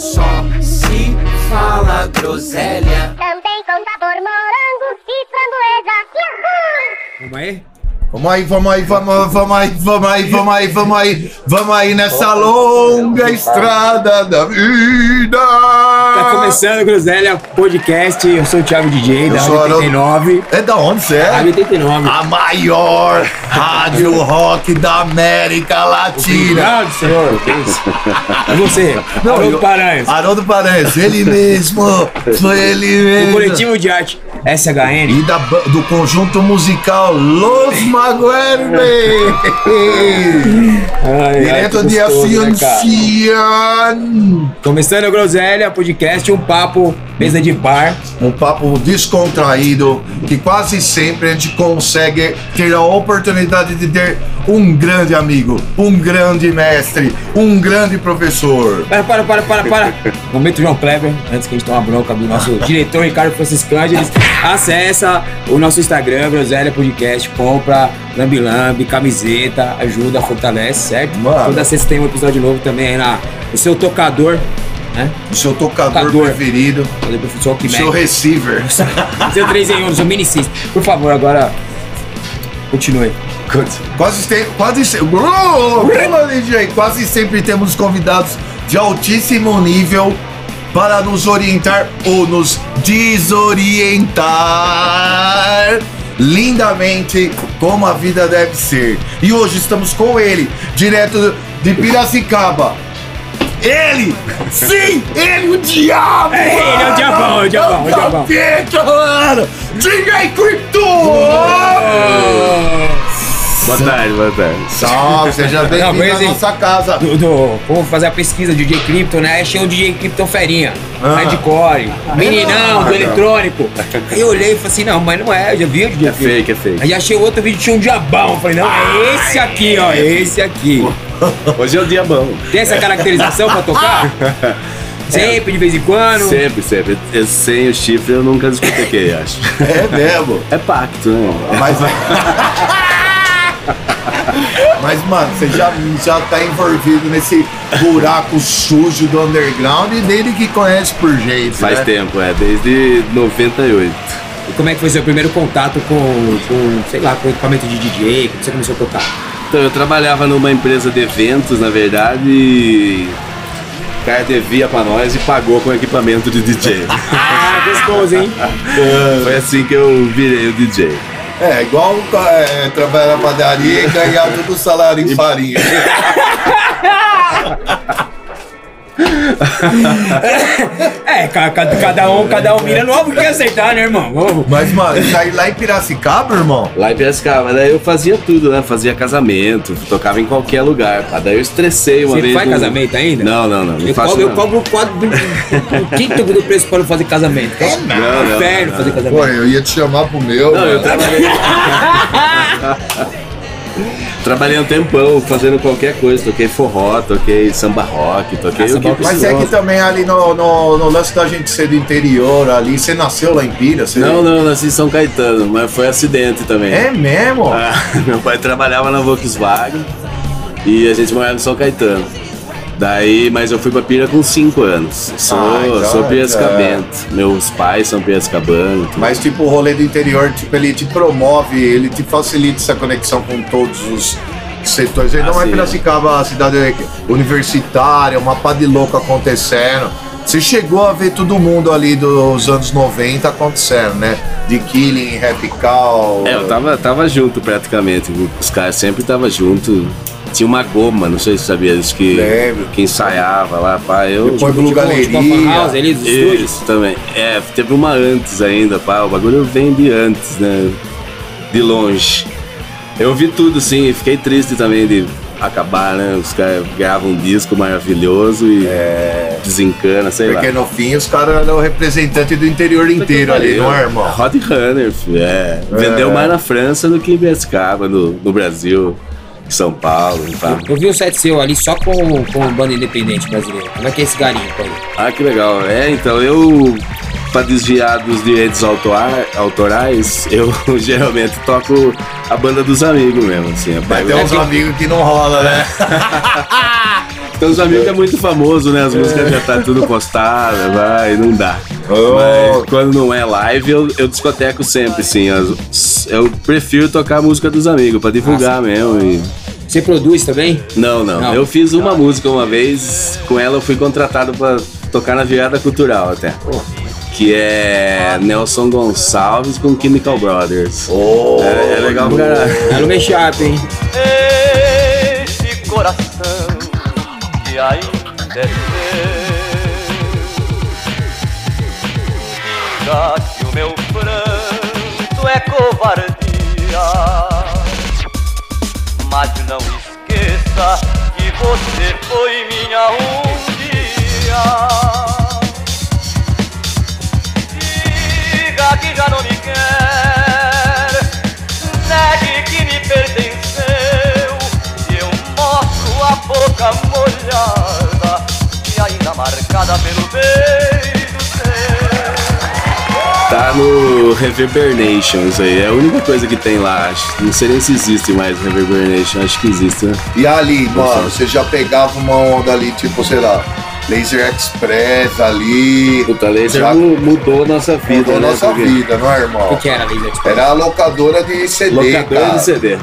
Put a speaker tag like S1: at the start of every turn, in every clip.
S1: Só se fala groselha.
S2: Também com sabor morango e framboesa. Yahoo!
S3: Vamos aí?
S4: Vamos aí, vamos aí, vamos aí, vamos aí, vamos aí, vamos aí, vamos aí, vamos aí nessa longa estrada da vida.
S3: Tá começando o Groselha Podcast. Eu sou o Thiago DJ da
S4: Eu sou
S3: Rádio 89.
S4: É da onde você
S3: Rádio
S4: é?
S3: 89.
S4: A maior rádio rock da América Latina.
S3: Obrigado, senhor. Que isso? E você?
S4: Não,
S3: Haroldo
S4: eu-
S3: Paranhos.
S4: Haroldo Paranhos, ele mesmo, foi ele
S3: O
S4: mesmo.
S3: coletivo de arte SHN.
S4: E da ba- do conjunto musical Los Maguerbe.
S3: Ai, ai,
S4: Direto
S3: que
S4: de um
S3: gostoso, né, cara?
S4: Afiancian.
S3: Começando o Groselha Podcast, um papo, mesa de bar.
S4: um papo descontraído que quase sempre a gente consegue ter a oportunidade de ter um grande amigo, um grande mestre, um grande professor.
S3: Para, para, para, para, para. Momento João Kleber, antes que a gente tome uma bronca do nosso
S4: Ah.
S3: diretor Ricardo Francisco Ângeles, acessa o nosso Instagram, Groselha Podcast, compra lambi-lambi, camiseta, ajuda, fortalece, certo?
S4: Mano.
S3: Toda sexta tem um episódio novo também aí na, no seu tocador, né?
S4: O seu tocador
S3: Tocador.
S4: preferido,
S3: Falei pro pessoal que
S4: o seu
S3: mexe.
S4: receiver.
S3: Seu 3 em 1, seu mini cis. Por favor, agora continue.
S4: Quase, tem, quase, se- Uou, pula, DJ. quase sempre temos convidados de altíssimo nível para nos orientar ou nos desorientar lindamente como a vida deve ser. E hoje estamos com ele, direto de Piracicaba. Ele! Sim! Ele, o diabo!
S3: É ele, é o diabão, é o diabão, é o diabão.
S4: capeta, mano! DJ Crypto!
S3: Ah.
S5: Boa tarde, boa tarde.
S4: Salve, seja
S3: Não,
S4: bem-vindo
S3: mas, assim-
S4: à
S3: hein?
S4: nossa casa.
S3: do, do- vamos fazer a pesquisa do DJ Crypto, né? Aí chegou o DJ Crypto Ferinha,
S4: Ah.
S3: hardcore, meninão do eletrônico. Aí eu olhei e falei assim, não, mas não é, eu já vi o DJ
S5: É
S3: Crypto.
S5: fake, é fake.
S3: Aí achei outro vídeo, tinha um diabão. Eu Falei, não, é esse aqui, ó, é esse aqui.
S5: Hoje é o dia bom.
S3: Tem essa caracterização pra tocar? Sempre, de vez em quando.
S5: Sempre, sempre. Eu- sem o chifre eu nunca discotequei, acho.
S4: É mesmo.
S5: É pacto, né?
S4: Mas, mas mano, você já, já tá envolvido nesse buraco sujo do underground e dele que conhece por jeito.
S5: Faz
S4: né?
S5: tempo, é. Desde 98.
S3: E Como é que foi seu primeiro contato com, com, sei lá, com equipamento de DJ, quando você começou a tocar?
S5: Então, eu trabalhava numa empresa de eventos, na verdade, e... O cara devia pra nós e pagou com equipamento de DJ.
S3: Ah, gostoso, hein?
S5: Foi assim que eu virei o DJ.
S4: É, igual é, trabalhar na padaria e ganhar todo o salário em farinha.
S3: É, ca- ca- cada, um, cada um mira no alvo que quer acertar, né, irmão? Vamos.
S4: Mas, mano, sair lá em Piracicaba, irmão?
S5: Lá em Piracicaba, daí eu fazia tudo, né? Fazia casamento, tocava em qualquer lugar. Ah, Daí eu estressei uma
S3: Você
S5: vez.
S3: faz
S5: no-
S3: casamento ainda?
S5: Não, não, não. Não
S3: Eu
S5: faço
S3: cobro, eu
S5: não.
S3: cobro o quadro do, o quinto do preço para eu fazer casamento. É
S5: Não, não,
S3: inferno
S5: não.
S3: fazer casamento.
S4: Pô, eu ia te chamar pro meu.
S5: Não,
S4: mano.
S5: eu trabalhei. trabalhei um tempão fazendo qualquer coisa. Toquei forró, toquei samba rock, toquei
S3: Ah,
S5: o que
S3: samba rock.
S4: Mas é que também ali no, no, no lance da gente ser do interior ali, você nasceu lá em Pira, você...
S5: Não, não, nasci em São Caetano, mas foi acidente também.
S4: É mesmo?
S5: Ah, meu pai trabalhava na Volkswagen e a gente morava em São Caetano. Daí, mas eu fui pra Pira com 5 anos. Sou,
S4: Ah, então,
S5: sou piracicabento. Meus pais são piracicabano. tudo.
S4: Mas tipo, o rolê do interior, tipo, ele te promove, ele te facilita essa conexão com todos os setores. Ele
S5: Ah,
S4: não é
S5: sim.
S4: Piracicaba, a cidade universitária, uma pá de louco acontecendo. Você chegou a ver todo mundo ali dos anos 90 acontecendo, né? De Killing, Happy Cow.
S5: É, eu tava, tava junto praticamente. Os caras sempre tava junto. Tinha uma goma, não sei se você sabia disso, que,
S4: Lembro.
S5: que ensaiava lá, pá. Eu.
S4: Depois Blue
S3: tipo a fan house
S4: Galeria.
S3: ali dos estúdios.
S5: Isso também. É, teve uma antes ainda, pá. O bagulho vem de antes, né? De longe. Eu vi tudo, sim, e fiquei triste também de acabar, né? Os caras gravam um disco maravilhoso e
S4: É.
S5: desencana, sei lá.
S4: Pequeno fim, os caras eram o representante do interior inteiro ali, não é, irmão?
S5: Hot Runner, filho, é. Vendeu mais na França do que em Piracicaba, no, no Brasil, em São Paulo e tal.
S3: Eu vi um set seu ali só com, com o banda independente brasileiro. Como é que é esse garimpo aí?
S5: Ah, que legal. É, então eu, para desviar dos direitos autora- autorais, eu geralmente toco a banda dos amigos mesmo, assim. Eu
S4: Mas
S5: pego-
S4: tem uns amigos É. que não rola, né?
S5: Tem uns amigos que é muito famoso, né? As músicas já tá tudo postada, vai, não dá. Mas quando não é live, eu, eu discoteco sempre, sim. As- eu prefiro tocar a música dos amigos, pra divulgar
S4: Ah,
S5: mesmo. e-
S3: Você produz também?
S5: Não, não,
S3: Não.
S5: Eu fiz uma música uma vez, com ela eu fui contratado pra tocar na virada cultural até. Que é Nelson Gonçalves com Chemical Brothers. é, é legal pra caralho.
S3: Ela é chato, hein?
S6: Esse coração que ainda é teu Diga que o meu pranto é covardia Mas não esqueça que você foi minha um dia Diga que já não me quer Negue que me pertenceu E eu mostro a boca molhada E ainda marcada pelo beijo seu
S5: Tá no Reverbernation, isso aí. É a única coisa que tem lá, acho. Não sei nem se existe mais Reverbernation, acho que existe, né?
S4: E ali, mano, você já pegava uma onda ali, tipo, sei lá, Laser Express ali.
S5: Puta, laser
S4: já
S5: mu- mudou a nossa vida,
S4: mudou
S5: né?
S4: nossa
S5: Porque-
S4: vida, não é, irmão?
S3: O que era, Laser Express?
S4: Era a locadora de CD,
S5: Locadora
S4: cara.
S5: de CD.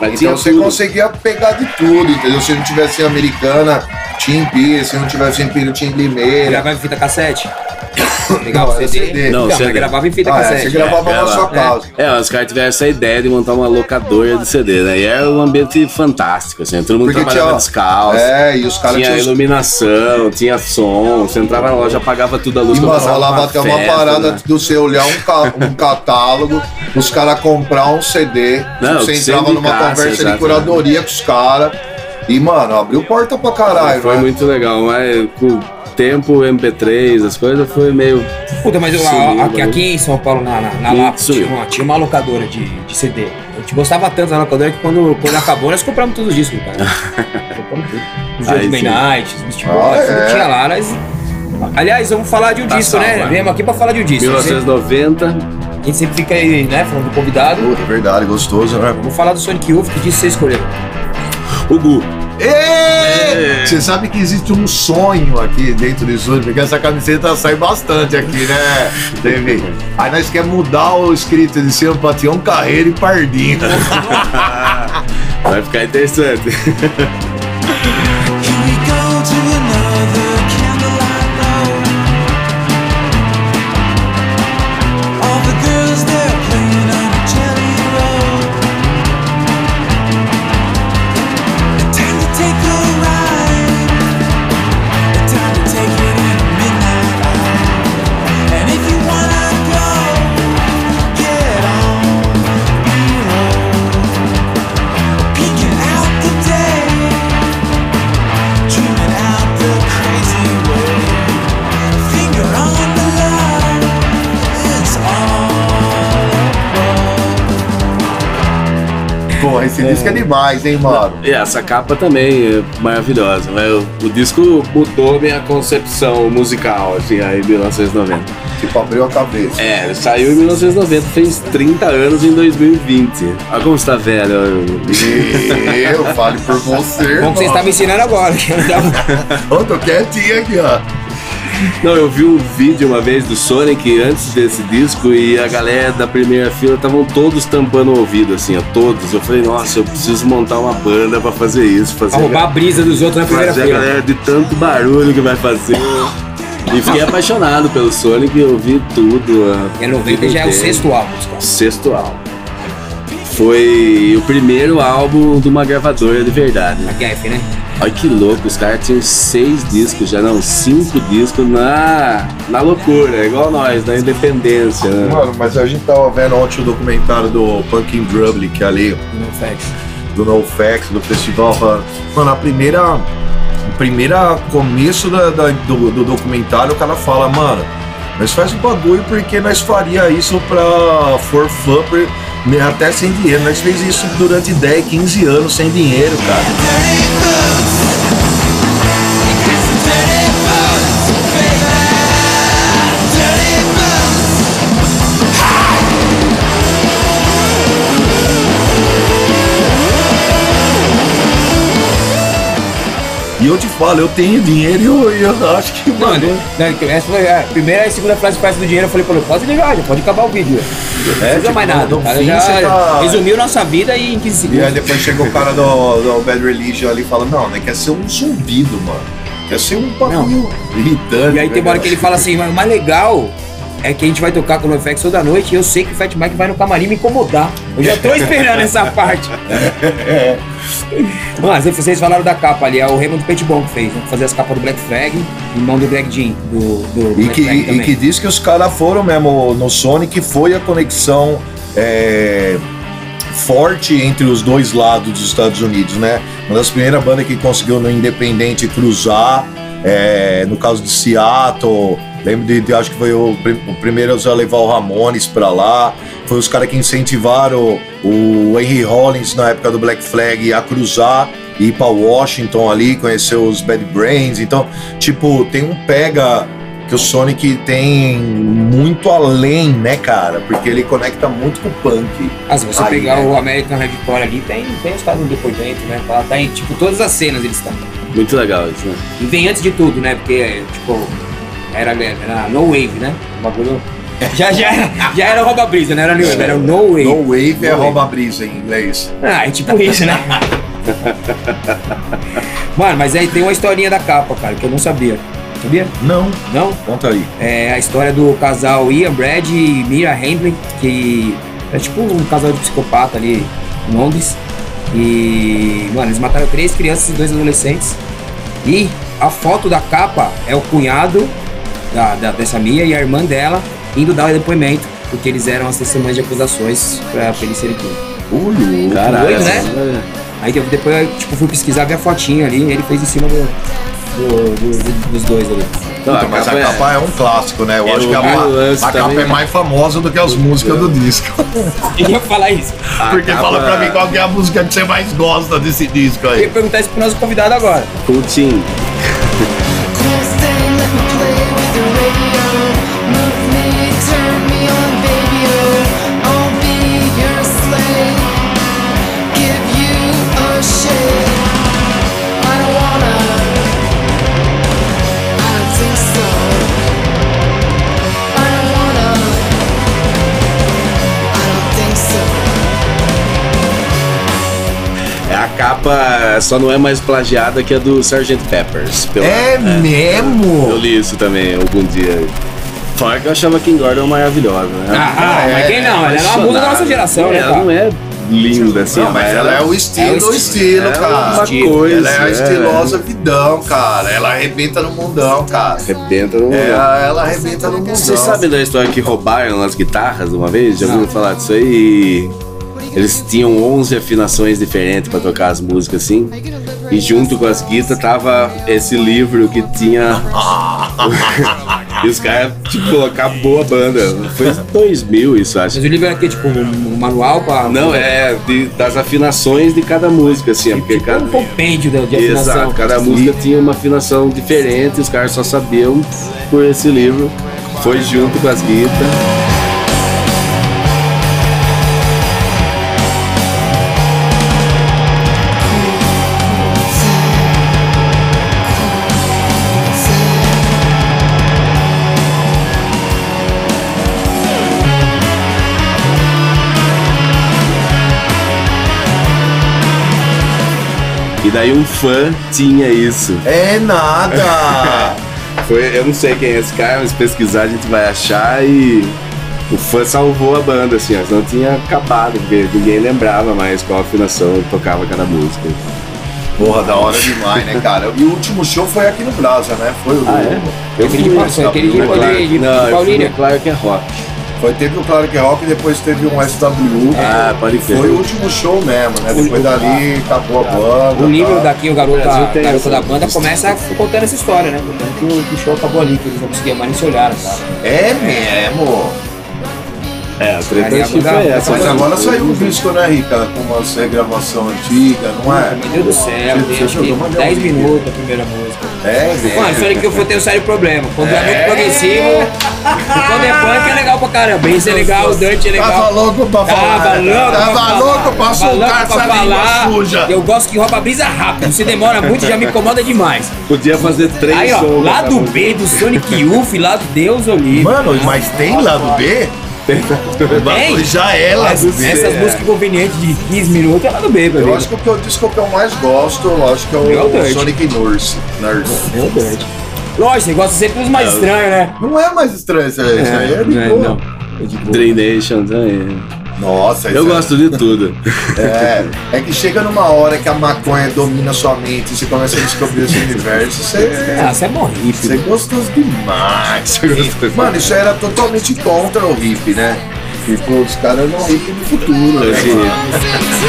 S5: Mas tinha
S4: Então você
S5: tudo.
S4: conseguia pegar de tudo, entendeu? Se não tivesse em Americana, tinha em Pira, se não tivesse em Pira, tinha em Limeira.
S3: Gravava em fita cassete? Legal,
S4: Não, era
S3: CD.
S4: CD.
S5: Não,
S3: Não,
S5: CD.
S3: mas gravava em fita
S4: Ah, é,
S3: cassete.
S4: você gravava
S5: é,
S4: na sua
S5: é.
S4: casa.
S5: É, os caras tiveram essa ideia de montar uma locadora de CD, né? E era um ambiente fantástico, assim. Todo mundo
S4: Porque tinha.
S5: trabalhava
S4: ó,
S5: descalço.
S4: É, e os caras
S5: Tinha
S4: tinham. os-
S5: iluminação, tinha som, você entrava na loja, apagava tudo a luz.
S4: E, mano,
S5: começava
S4: rolava até uma
S5: festa,
S4: parada
S5: né?
S4: do você olhar um, ca- um catálogo, os caras comprar um CD,
S5: Não,
S4: você
S5: que você
S4: entrava numa
S5: indicasse,
S4: conversa de
S5: exato. né?
S4: curadoria com os caras. E, mano, abriu porta pra caralho,
S5: Foi
S4: né?
S5: muito legal, mas com o tempo, o MP3, as coisas foi meio.
S3: Puta, mas eu, a-
S5: Sumiu,
S3: aqui,
S5: né?
S3: aqui em São Paulo, na, na, na
S5: Ih,
S3: Lapa, tinha
S5: sumiu.
S3: uma, tinha uma locadora de, de CD. A gente gostava tanto da locadora que quando, quando acabou, nós compramos todos os discos, cara. compramos tudo. Os
S5: Aí
S3: Jogos Bay
S5: sim.
S3: Night, os Beast
S4: Ah,
S3: Boys, tudo
S4: é.
S3: tinha lá. Nós... Aliás, vamos falar de um
S5: Tá
S3: disco,
S5: salvo,
S3: né?
S5: é.
S3: Viemos aqui pra falar de um disco. A gente-
S5: 1990,
S3: a gente sempre fica aí, né, falando do convidado.
S4: Puta, verdade, gostoso, né?
S3: Vamos falar do Sonic Youth, que disco você escolheu?
S5: o Gu.
S4: Ê! É. Você sabe que existe um sonho aqui dentro do estúdio, porque essa camiseta sai bastante aqui, né, David? Aí nós quer mudar o escrito de cima pra Tião Carreiro e Pardinho.
S5: Vai ficar interessante.
S7: Can we go to another candlelight road? All the girls they're playing on the jelly roll. Time to take a ride. Time to take it in the midnight ride. And if you wanna go, get on, be roll. Peeking out the day. Dreaming out the crazy world. Finger on the line. It's all above.
S4: Porra, esse disco é demais, hein, mano?
S5: E essa capa também é maravilhosa. né? O, o disco mudou minha concepção musical, assim, aí em 1990.
S4: Tipo, abriu a cabeça.
S5: É, ele saiu em 1990, fez 30 anos em 2020. Olha como está velho.
S4: E Eu falo por você.
S3: Bom que você está
S4: mano.
S3: me ensinando agora. que eu não tava-
S4: Ô, tô quietinho aqui, ó.
S5: Não, eu vi um vídeo uma vez do Sonic antes desse disco e a galera da primeira fila estavam todos tampando o ouvido, assim, ó, todos. Eu falei, nossa, eu preciso montar uma banda pra fazer isso, fazer,
S3: Pra roubar a brisa dos outros na primeira
S5: fazer a
S3: feira.
S5: é, galera de tanto barulho que vai fazer. E fiquei apaixonado pelo Sonic, eu vi tudo. a
S3: É 90 já é o
S5: vida inteira.
S3: sexto álbum, cara.
S5: Sexto álbum. Foi o primeiro álbum de uma gravadora de verdade.
S3: Aqui é F, né?
S5: Olha que louco, os caras tinham seis discos já, não, cinco discos na, na loucura, igual nós, na independência. Né?
S4: Mano, mas a gente tava vendo ontem o documentário do Punkin Druble, que é ali,
S3: No fax.
S4: do NoFX, do festival. fala- Mano, a primeira. O primeiro começo da- da- do, do documentário, o cara fala, mano, nós faz o bagulho porque nós faria isso pra for fun, por- né, até sem dinheiro. Nós fez isso durante 10, 15 anos sem dinheiro, cara.
S7: Dirty boots. You got some dirty boots, baby. Dirty boots.
S5: E o
S4: eu te falo, eu tenho dinheiro e eu, eu acho que,
S3: Não,
S4: mano.
S3: não, que essa foi a primeira e segunda frase parece do dinheiro, eu falei, pô, pode ligar, já pode acabar o vídeo. Não precisa
S4: tipo,
S3: mais nada.
S4: no
S3: cara,
S4: fim
S3: já
S4: você tá-
S3: resumiu nossa vida em 15
S4: E aí
S3: segundos.
S4: depois chega o cara do, do Bad Religion ali e fala, não, né? Quer ser um zumbido, mano. Quer ser um bagulho irritante.
S3: E aí tem uma hora que ele fala assim, mas o mais legal é que a gente vai tocar com o NoFX toda noite e eu sei que o Fat Mike vai no camarim me incomodar. Eu já tô esperando essa parte.
S4: É.
S3: Mas vocês falaram da capa ali, é o Raymond Petitbon que fez, né? Fazer as capas do Black Flag, irmão do Black Jean, do, do
S4: E
S3: Black
S4: que,
S3: Flag
S4: e- e
S3: né, também.
S4: que diz que os caras foram mesmo no Sonic, foi a conexão é, forte entre os dois lados dos Estados Unidos, né? Uma das primeiras bandas que conseguiu no Independente cruzar, é, no caso de Seattle, lembro de, de- acho que foi o, prim- o primeiro a levar o Ramones pra lá, foi os caras que incentivaram o, o Henry Rollins na época do Black Flag a cruzar e ir pra Washington ali, conhecer os Bad Brains, então, tipo, tem um pega que o Sonic tem muito além, né, cara? Porque ele conecta muito com o punk.
S3: Ah, se você
S4: Aí,
S3: pegar
S4: né?
S3: o American Hardcore ali, tem, tem os caras do por dentro, né? Tá, tá em, tipo, todas as cenas eles estão.
S5: Muito legal isso, né?
S3: E vem antes de tudo, né? Porque, tipo, era, era No Wave, né? O bagulho. Já, já, era- já era o Rouba Brisa, não era New Wave, era o No Wave.
S4: No Wave é
S3: No Wave.
S4: rouba-brisa em inglês.
S3: Ah, é tipo isso, né? Mano, mas aí tem uma historinha da capa, cara, que eu não sabia. Sabia?
S4: Não,
S3: Não?
S4: conta aí.
S3: É a história do casal Ian Brad e Mira Handley, que é tipo um casal de psicopata ali em Londres. E, mano, eles mataram três crianças e dois adolescentes. E a foto da capa é o cunhado da, da- dessa Mia e a irmã dela indo dar o depoimento, porque eles eram as testemunhas de acusações pra, pra eles serem tudo.
S4: Ui,
S5: Caralho,
S3: doido, né?
S5: essa-
S3: Aí eu- depois eu tipo, fui pesquisar, vi a fotinha ali, ele fez em cima do, do- do- dos dois ali.
S5: Não, a
S4: mas
S5: capa
S4: a
S5: é-
S4: capa é um clássico, né? Eu
S5: É,
S4: acho que a,
S5: o lance
S4: a, a capa
S5: também.
S4: é mais famosa do que as músicas do disco.
S3: Eu ia falar isso.
S5: a
S4: Porque
S5: capa-
S4: fala pra mim qual que é a música que você mais gosta desse disco
S3: Eu ia
S4: aí.
S3: perguntar isso pro nosso convidado agora.
S5: com o Tim. É, A capa só não é mais plagiada que a do Sgt. Peppers. pela-
S4: É
S5: Eu
S4: mesmo?
S5: li isso também algum dia. Fora que eu achava Kim Gordon maravilhosa, né?
S3: Ah, ah, mas quem não? Ela é uma musa da nossa geração, né,
S5: Ela não
S3: cara?
S5: é linda assim,
S4: Não, mas ela é
S3: é
S4: o
S3: o
S4: estilo do
S3: estilo,
S4: estilo,
S5: ela é
S4: cara.
S5: uma coisa,
S4: ela é a
S5: né,
S4: estilosa vidão, cara. Ela arrebenta no mundão, cara.
S5: Arrebenta no
S4: É,
S5: mundo.
S4: ela arrebenta no mundão.
S5: Vocês sabem da história que roubaram as guitarras uma vez? Já ouviram falar disso aí? Eles tinham 11 afinações diferentes pra tocar as músicas assim. E junto com as guitas tava esse livro que tinha. e os caras, tipo, acabou a banda. Foi 2000 isso, acho.
S3: Mas o livro era aqui, tipo, um um manual pra.
S5: Não, é de- das afinações de cada música, assim, é porque
S3: Tipo,
S5: cada.
S3: um compêndio da- de afinação.
S5: Exato, cada música tinha uma afinação diferente, os caras só sabiam por esse livro. Foi junto com as guitas. E daí um fã tinha isso.
S4: É nada!
S5: Foi, eu não sei quem é esse cara, mas pesquisar a gente vai achar e. O fã salvou a banda, assim, ó, senão tinha acabado, porque ninguém lembrava mais qual afinação tocava cada música.
S4: Porra, da hora demais, né, cara? E o último show foi aqui no Brasa, né? Foi o.
S5: Eu
S3: Ah, é? Aquele
S5: fui
S3: de-
S5: nessa
S3: aquele de-
S5: banda,
S3: de-
S5: claro.
S3: de- de
S5: Não, eu fui
S3: Paulínia.
S5: no Claro que é rock.
S4: né? Foi, teve o Clark Rock e depois teve um SW.
S3: É.
S5: Ah, pode crer.
S4: Foi o último show mesmo, né?
S3: O-
S4: Depois dali acabou a banda.
S3: O Um livro
S4: tá?
S3: daqui, o
S5: O
S3: Garota,
S5: é Brasil tem
S3: garota
S5: essa-
S3: da Banda, começa contando essa história, né? Contando que o, que o show acabou ali, que eles não conseguiam mais nem se olhar, né? cara.
S4: É mesmo.
S5: É, a treta
S3: Cara,
S5: acho que
S3: e a
S5: foi
S3: banda-
S5: essa.
S4: Mas agora saiu um disco, né, Rica? Com uma regravação antiga, não é?
S3: Meu Deus do céu,
S4: Você-
S3: tem
S4: você
S3: acho
S4: jogou uma
S3: que 10
S4: olhada.
S3: minutos a primeira música.
S4: É, velho.
S3: Mano, Sonic Youth eu tenho um sério problema. Quando é muito progressivo, Quando é punk é legal pra caramba. Isso é legal, o Dante é
S5: Tá
S3: legal.
S8: Tava louco pra falar.
S3: Tava louco, um
S8: Tava
S3: pra
S8: louco pra
S3: falar.
S4: um
S8: soltar
S3: Tava louco pra
S8: essa língua
S3: falar.
S8: suja.
S3: Eu gosto que rouba a brisa rápido. Se demora muito, já me incomoda demais.
S5: Podia fazer três
S3: Aí, ó,
S5: sons
S3: lá do
S5: dessa né, música.
S3: B, do Sonic Youth, lá do Deus Olívio.
S8: Mano, mas tem lado B?
S3: Tem?
S8: Já é lado
S3: Essas,
S8: B.
S3: essas músicas inconvenientes de 15 minutos é lá do B, meu
S4: Eu
S3: amigo.
S4: acho que o que eu disco que eu mais gosto, eu acho que é
S3: É o
S4: o
S3: Dirt.
S4: Sonic Nurse. Nurse.
S3: Meu Deus. Lógico, você gosta sempre dos mais estranhos, né?
S4: Não é mais estranho isso aí, isso aí é de boa.
S3: É de boa.
S5: Drain Nation também.
S4: Nossa,
S5: Eu
S4: isso é-
S5: gosto de tudo.
S4: É, é que chega numa hora que a maconha domina sua mente e você começa a descobrir esse universo, você,
S3: Ah, você é bom hippie.
S4: você é gostoso demais. Você é gostoso. Mano, isso era totalmente contra o hip, né? Tipo, os caras não hip no futuro, né?
S5: Esse hip.
S9: And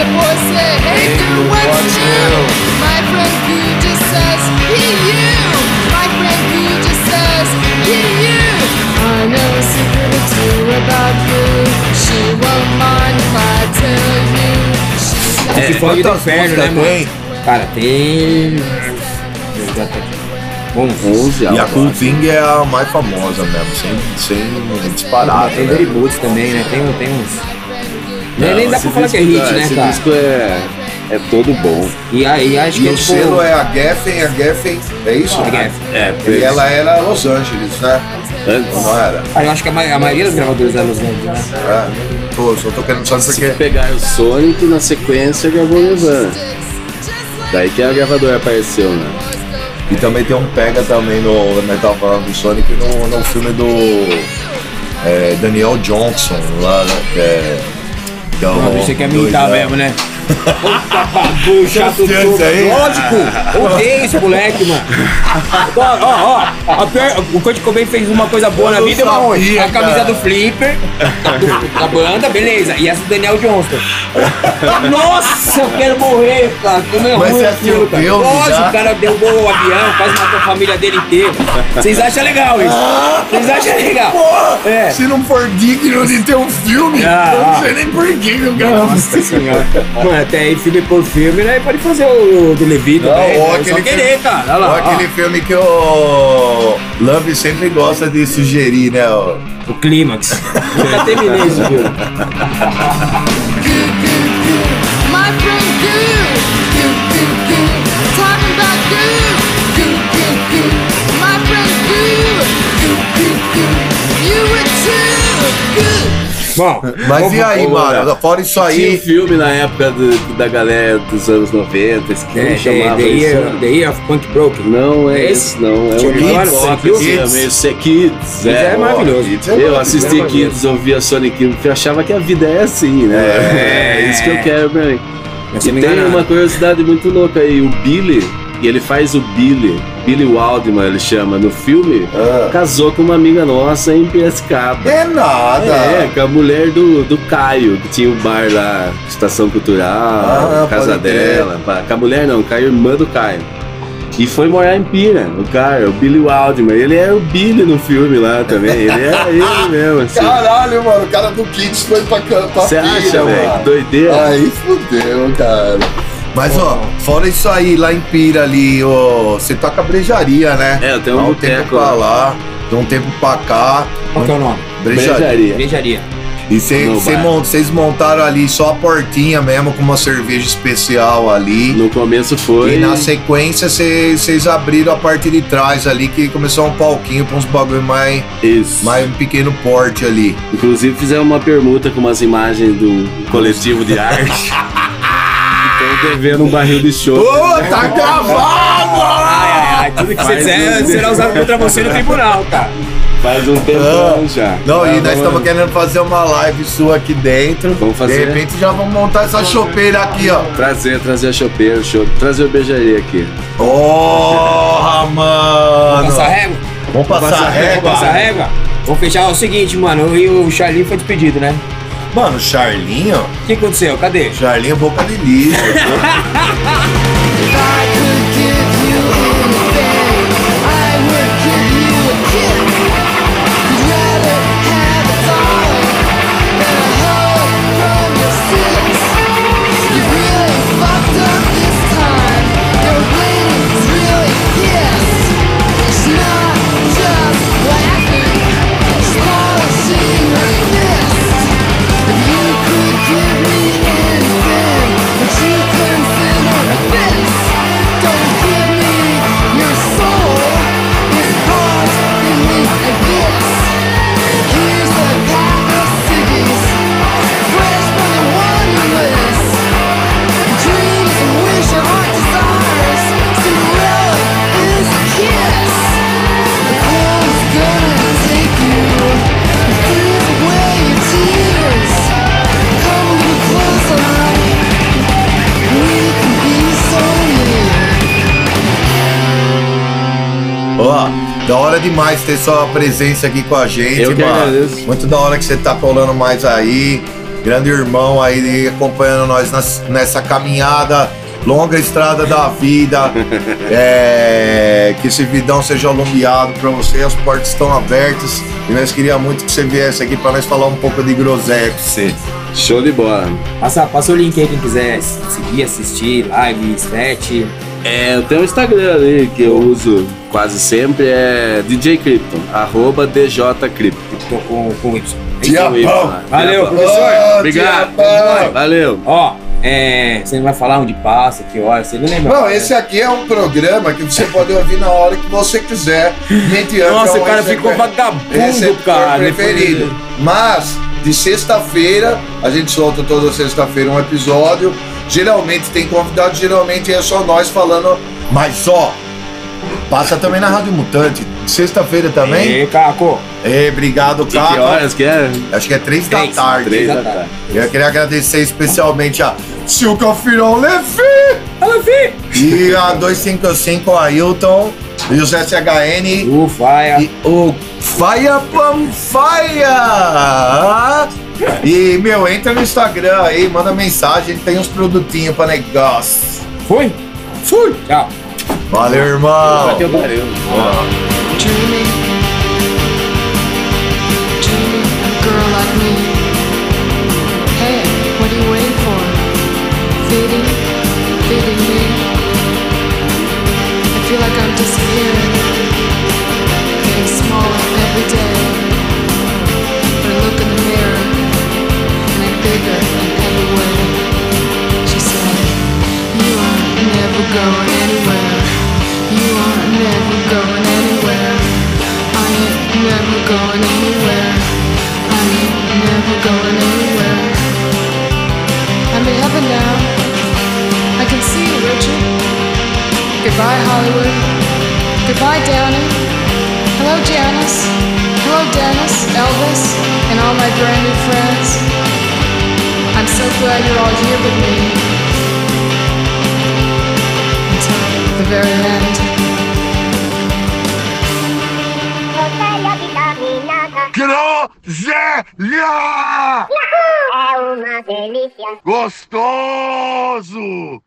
S9: the boys say, hey, dude, what you do? My friend Goo just says, he you. My friend Goo just says, he you. I know a secret or two about Goo. She won't mind if I tell you. She's got
S3: É, funk do
S8: Quantas
S3: inferno,
S8: músicas
S3: né, mano?
S8: tem?
S3: Cara, tem. Bom,
S5: 11
S4: E a
S5: álbuns.
S4: Cool Thing é a mais famosa mesmo, sem, sem disparado,
S3: ah, tem
S4: né?
S3: Dirty Boots também, né? Tem, tem uns. nem nem dá
S5: Ah, Esse
S3: pra falar que é
S5: disco
S3: hit,
S5: tá-
S3: né,
S5: Esse
S3: cara?
S5: disco é, é todo bom.
S3: E aí, acho
S4: E
S3: que é
S4: o
S3: tipo.
S4: selo é a Geffen, a Geffen, é isso?
S3: a Geffen.
S5: É,
S4: E ela era Los Angeles, né? Ou
S5: antes
S4: Não era?
S3: Cara, eu acho que a, ma- a maioria das gravadoras é Los Angeles, né?
S4: É. Pô, só tô querendo saber
S5: se
S4: porque.
S5: pegar o Sonic na sequência gravou Nirvana. Daí que a gravadora apareceu, né?
S4: E também tem um pega também no. Nós tava falando do Sonic no, no filme do. é, Daniel Johnson lá, né? Que é. que é o-
S3: Mas você quer me imitar
S4: dois, né?
S3: mesmo, né? Puta bagulho, chato todo.
S4: Tem isso aí?
S3: Lógico! Odeio esse moleque, mano. Ó, ó, ó. a pior- o Kurt Cobain fez uma coisa boa na
S4: não
S3: vida, Marrone.
S4: sabia,
S3: A camisa
S4: cara.
S3: do Flipper, da, da banda, beleza. E essa do Daniel Johnston. Nossa, eu quero morrer, cara. Como é
S4: Mas
S3: ruim
S4: você
S3: aquilo, cara.
S4: assistiu o filme
S3: Lógico,
S4: já?
S3: o cara derrubou o avião, quase matou a família dele inteira. Vocês acham legal isso?
S4: Ah!
S3: Vocês acham legal?
S8: Porra!
S3: É.
S8: Se não for digno de ter um filme,
S3: Ah,
S8: eu não
S3: ah.
S8: sei nem por que que eu gravo.
S3: Nossa senhora. Mano, até aí filme por filme, né? Pode fazer o do Levi
S4: Não,
S3: também.
S4: ou
S3: né?
S4: aquele
S3: Só querer, cara. Olha
S4: Ou
S3: lá. ó.
S4: aquele filme que o Love sempre gosta de sugerir, né? ó.
S3: O clímax. Nunca terminei isso, viu?
S9: Goo, goo, goo. My friend Goo. Goo, goo, goo. Talking about Goo. Goo, goo, goo. My friend Goo. Goo, goo, goo. You were too. Goo.
S3: Bom,
S4: Mas e aí,
S5: vamos
S4: mano?
S5: lá.
S4: Fora isso
S5: Tinha um
S4: aí.
S5: filme na época do- da galera dos anos 90, esse que
S3: é, the,
S5: chamava
S3: the,
S5: isso.
S3: year, the Year of Punk Broken.
S5: Não é
S3: Esse?
S5: esse, não. É
S3: Tinha
S5: o
S3: Kids,
S5: Kids.
S3: Kids.
S5: Kids. Meio ser Kids.
S3: Mas é,
S5: É,
S3: maravilhoso. É
S5: Eu assisti
S3: maravilhoso.
S5: Kids, ouvia Sonic Youth e achava que a vida é assim, né?
S3: É.
S5: É isso que eu quero pra mim.
S3: Mas
S5: E
S3: você me
S5: tem
S3: engana.
S5: uma curiosidade muito louca aí, o Billy, e ele faz o Billy, Billy Waldman ele chama, no filme,
S4: Ah.
S5: casou com uma amiga nossa em Piracicaba.
S4: É nada.
S5: É, com a mulher do, do Caio, que tinha o bar lá, Estação Cultural,
S4: Ah,
S5: casa
S4: pode crer.
S5: dela. pá. Com a mulher não, com a irmã do Caio. E foi morar em Pira, o cara, o Billy Waldman. Ele era o Billy no filme lá também. Ele era ele mesmo, assim.
S4: Caralho, mano, o cara do Kids foi pra cantar.
S5: Você acha, velho? Que doideira.
S4: Aí fudeu, cara.
S8: Mas ó,
S4: Fora isso aí, lá em Pira ali, ó, você toca brejaria, né?
S5: É, eu tenho um
S4: Dá um
S5: boteco
S4: tempo
S5: lá.
S4: pra lá, de um tempo pra cá.
S3: Qual que é o nome?
S4: Brejaria.
S5: Beijaria.
S3: Beijaria.
S4: E
S5: No bar.
S4: vocês montaram ali só a portinha mesmo, com uma cerveja especial ali.
S5: No começo foi.
S4: E na sequência vocês abriram a parte de trás ali, que começou um palquinho pra uns bagulho mais,
S5: Isso.
S4: mais um pequeno porte ali.
S5: Inclusive fizeram uma permuta com umas imagens do coletivo de arte. Estão devendo um barril de né? show.
S4: tá gravado!
S3: Ai, ai, ai. Tudo que você
S5: Ah! Faz
S3: disser
S5: um-
S3: será usado contra você no tribunal, cara.
S5: Faz um tempão já.
S4: Ah. Não, e nós
S5: Tava-
S4: estamos querendo fazer uma live sua aqui dentro.
S5: Vamos
S4: De
S5: fazer.
S4: repente já vamos montar essa chopeira aqui, ó.
S5: Trazer, trazer a chopeira, show. Trazer o beijaria aqui.
S4: Porra, mano!
S3: Passar régua?
S4: Vamos passar
S5: passar
S4: régua.
S3: Passar régua? Vamos fechar. É o seguinte, mano. E o Charlie foi despedido, né?
S4: Mano, Charlinho,
S3: O que aconteceu? Cadê?
S4: Charlinho é boca de lixo.
S9: If I could give you anything, I would give you a kiss. You'd rather have a dollar than a hug from your sis. You really fucked up this time. Your bleeding's really pissed. It's not just wax
S4: Pá, da hora demais ter sua presença aqui com a gente,
S5: Eu que
S4: mano.
S5: agradeço.
S4: Muito da hora que você tá colando mais aí. Grande irmão aí acompanhando nós nas- nessa caminhada, longa estrada da vida. É, que esse vidão seja alumiado pra você, as portas estão abertas. E nós queríamos muito que você viesse aqui pra nós falar um pouco de groselha com você.
S5: Show de bola.
S3: Passa, passa o link aí quem quiser seguir, assistir, live, set.
S5: É, eu tenho um Instagram ali que eu uso quase sempre, é DJ Crypto, arroba DJ Crypto.
S3: Tô com, com Y.
S5: Tem um Y
S4: Diabão.
S5: lá.
S3: Valeu,
S5: Diabão.
S3: professor.
S5: Obrigado.
S4: Diabão.
S5: Valeu.
S3: Ó, é, você não vai falar onde passa, que hora, você não lembra.
S4: Não, esse aqui é um programa que você pode ouvir na hora que você quiser. é Mediante
S3: Nossa,
S4: ao
S3: o cara
S4: execu-
S3: ficou vagabundo,
S4: receptor
S3: cara.
S4: é preferido. Mas, de sexta-feira, a gente solta toda sexta-feira um episódio. Geralmente tem convidado, geralmente é só nós falando.
S10: Mas ó, passa também na Rádio Mutante, sexta-feira também.
S3: Ei, Caco.
S4: É, obrigado,
S5: E que
S4: Caco.
S5: horas que é?
S4: Acho que é três da
S3: Três.
S4: tarde.
S5: Três da
S3: da
S5: tarde.
S4: Eu queria agradecer especialmente a Silca Firão Levi
S3: Alô, fi!
S4: e a 255 Ailton e o SHN.
S3: Ufaia.
S4: E o Faia Pam Faia! E, meu, entra no Instagram aí, manda mensagem, tem uns produtinhos pra negócio.
S3: Fui? Fui! Tchau.
S4: Valeu, irmão!
S5: Puta que pariu.
S9: Dreaming, dreaming, a girl like me. Hey, what are you waiting for? Fading, fading me. I feel like I'm disappearing, getting smaller every day. But I look in the mirror, and I'm bigger in every way. She said, You are never going anywhere. You are never going anywhere. I ain't never going anywhere. I ain't never going anywhere. I'm in heaven now. I can see you, Richard. Goodbye, Hollywood. Goodbye, Downey. Hello, Janice. Hello, Dennis, Elvis, and all my brand new friends. I'm so glad you're all here with me until the very end.
S2: Groselha vitaminada.
S4: Groselha!
S2: Yahoo! É uma delícia.
S4: Gostoso!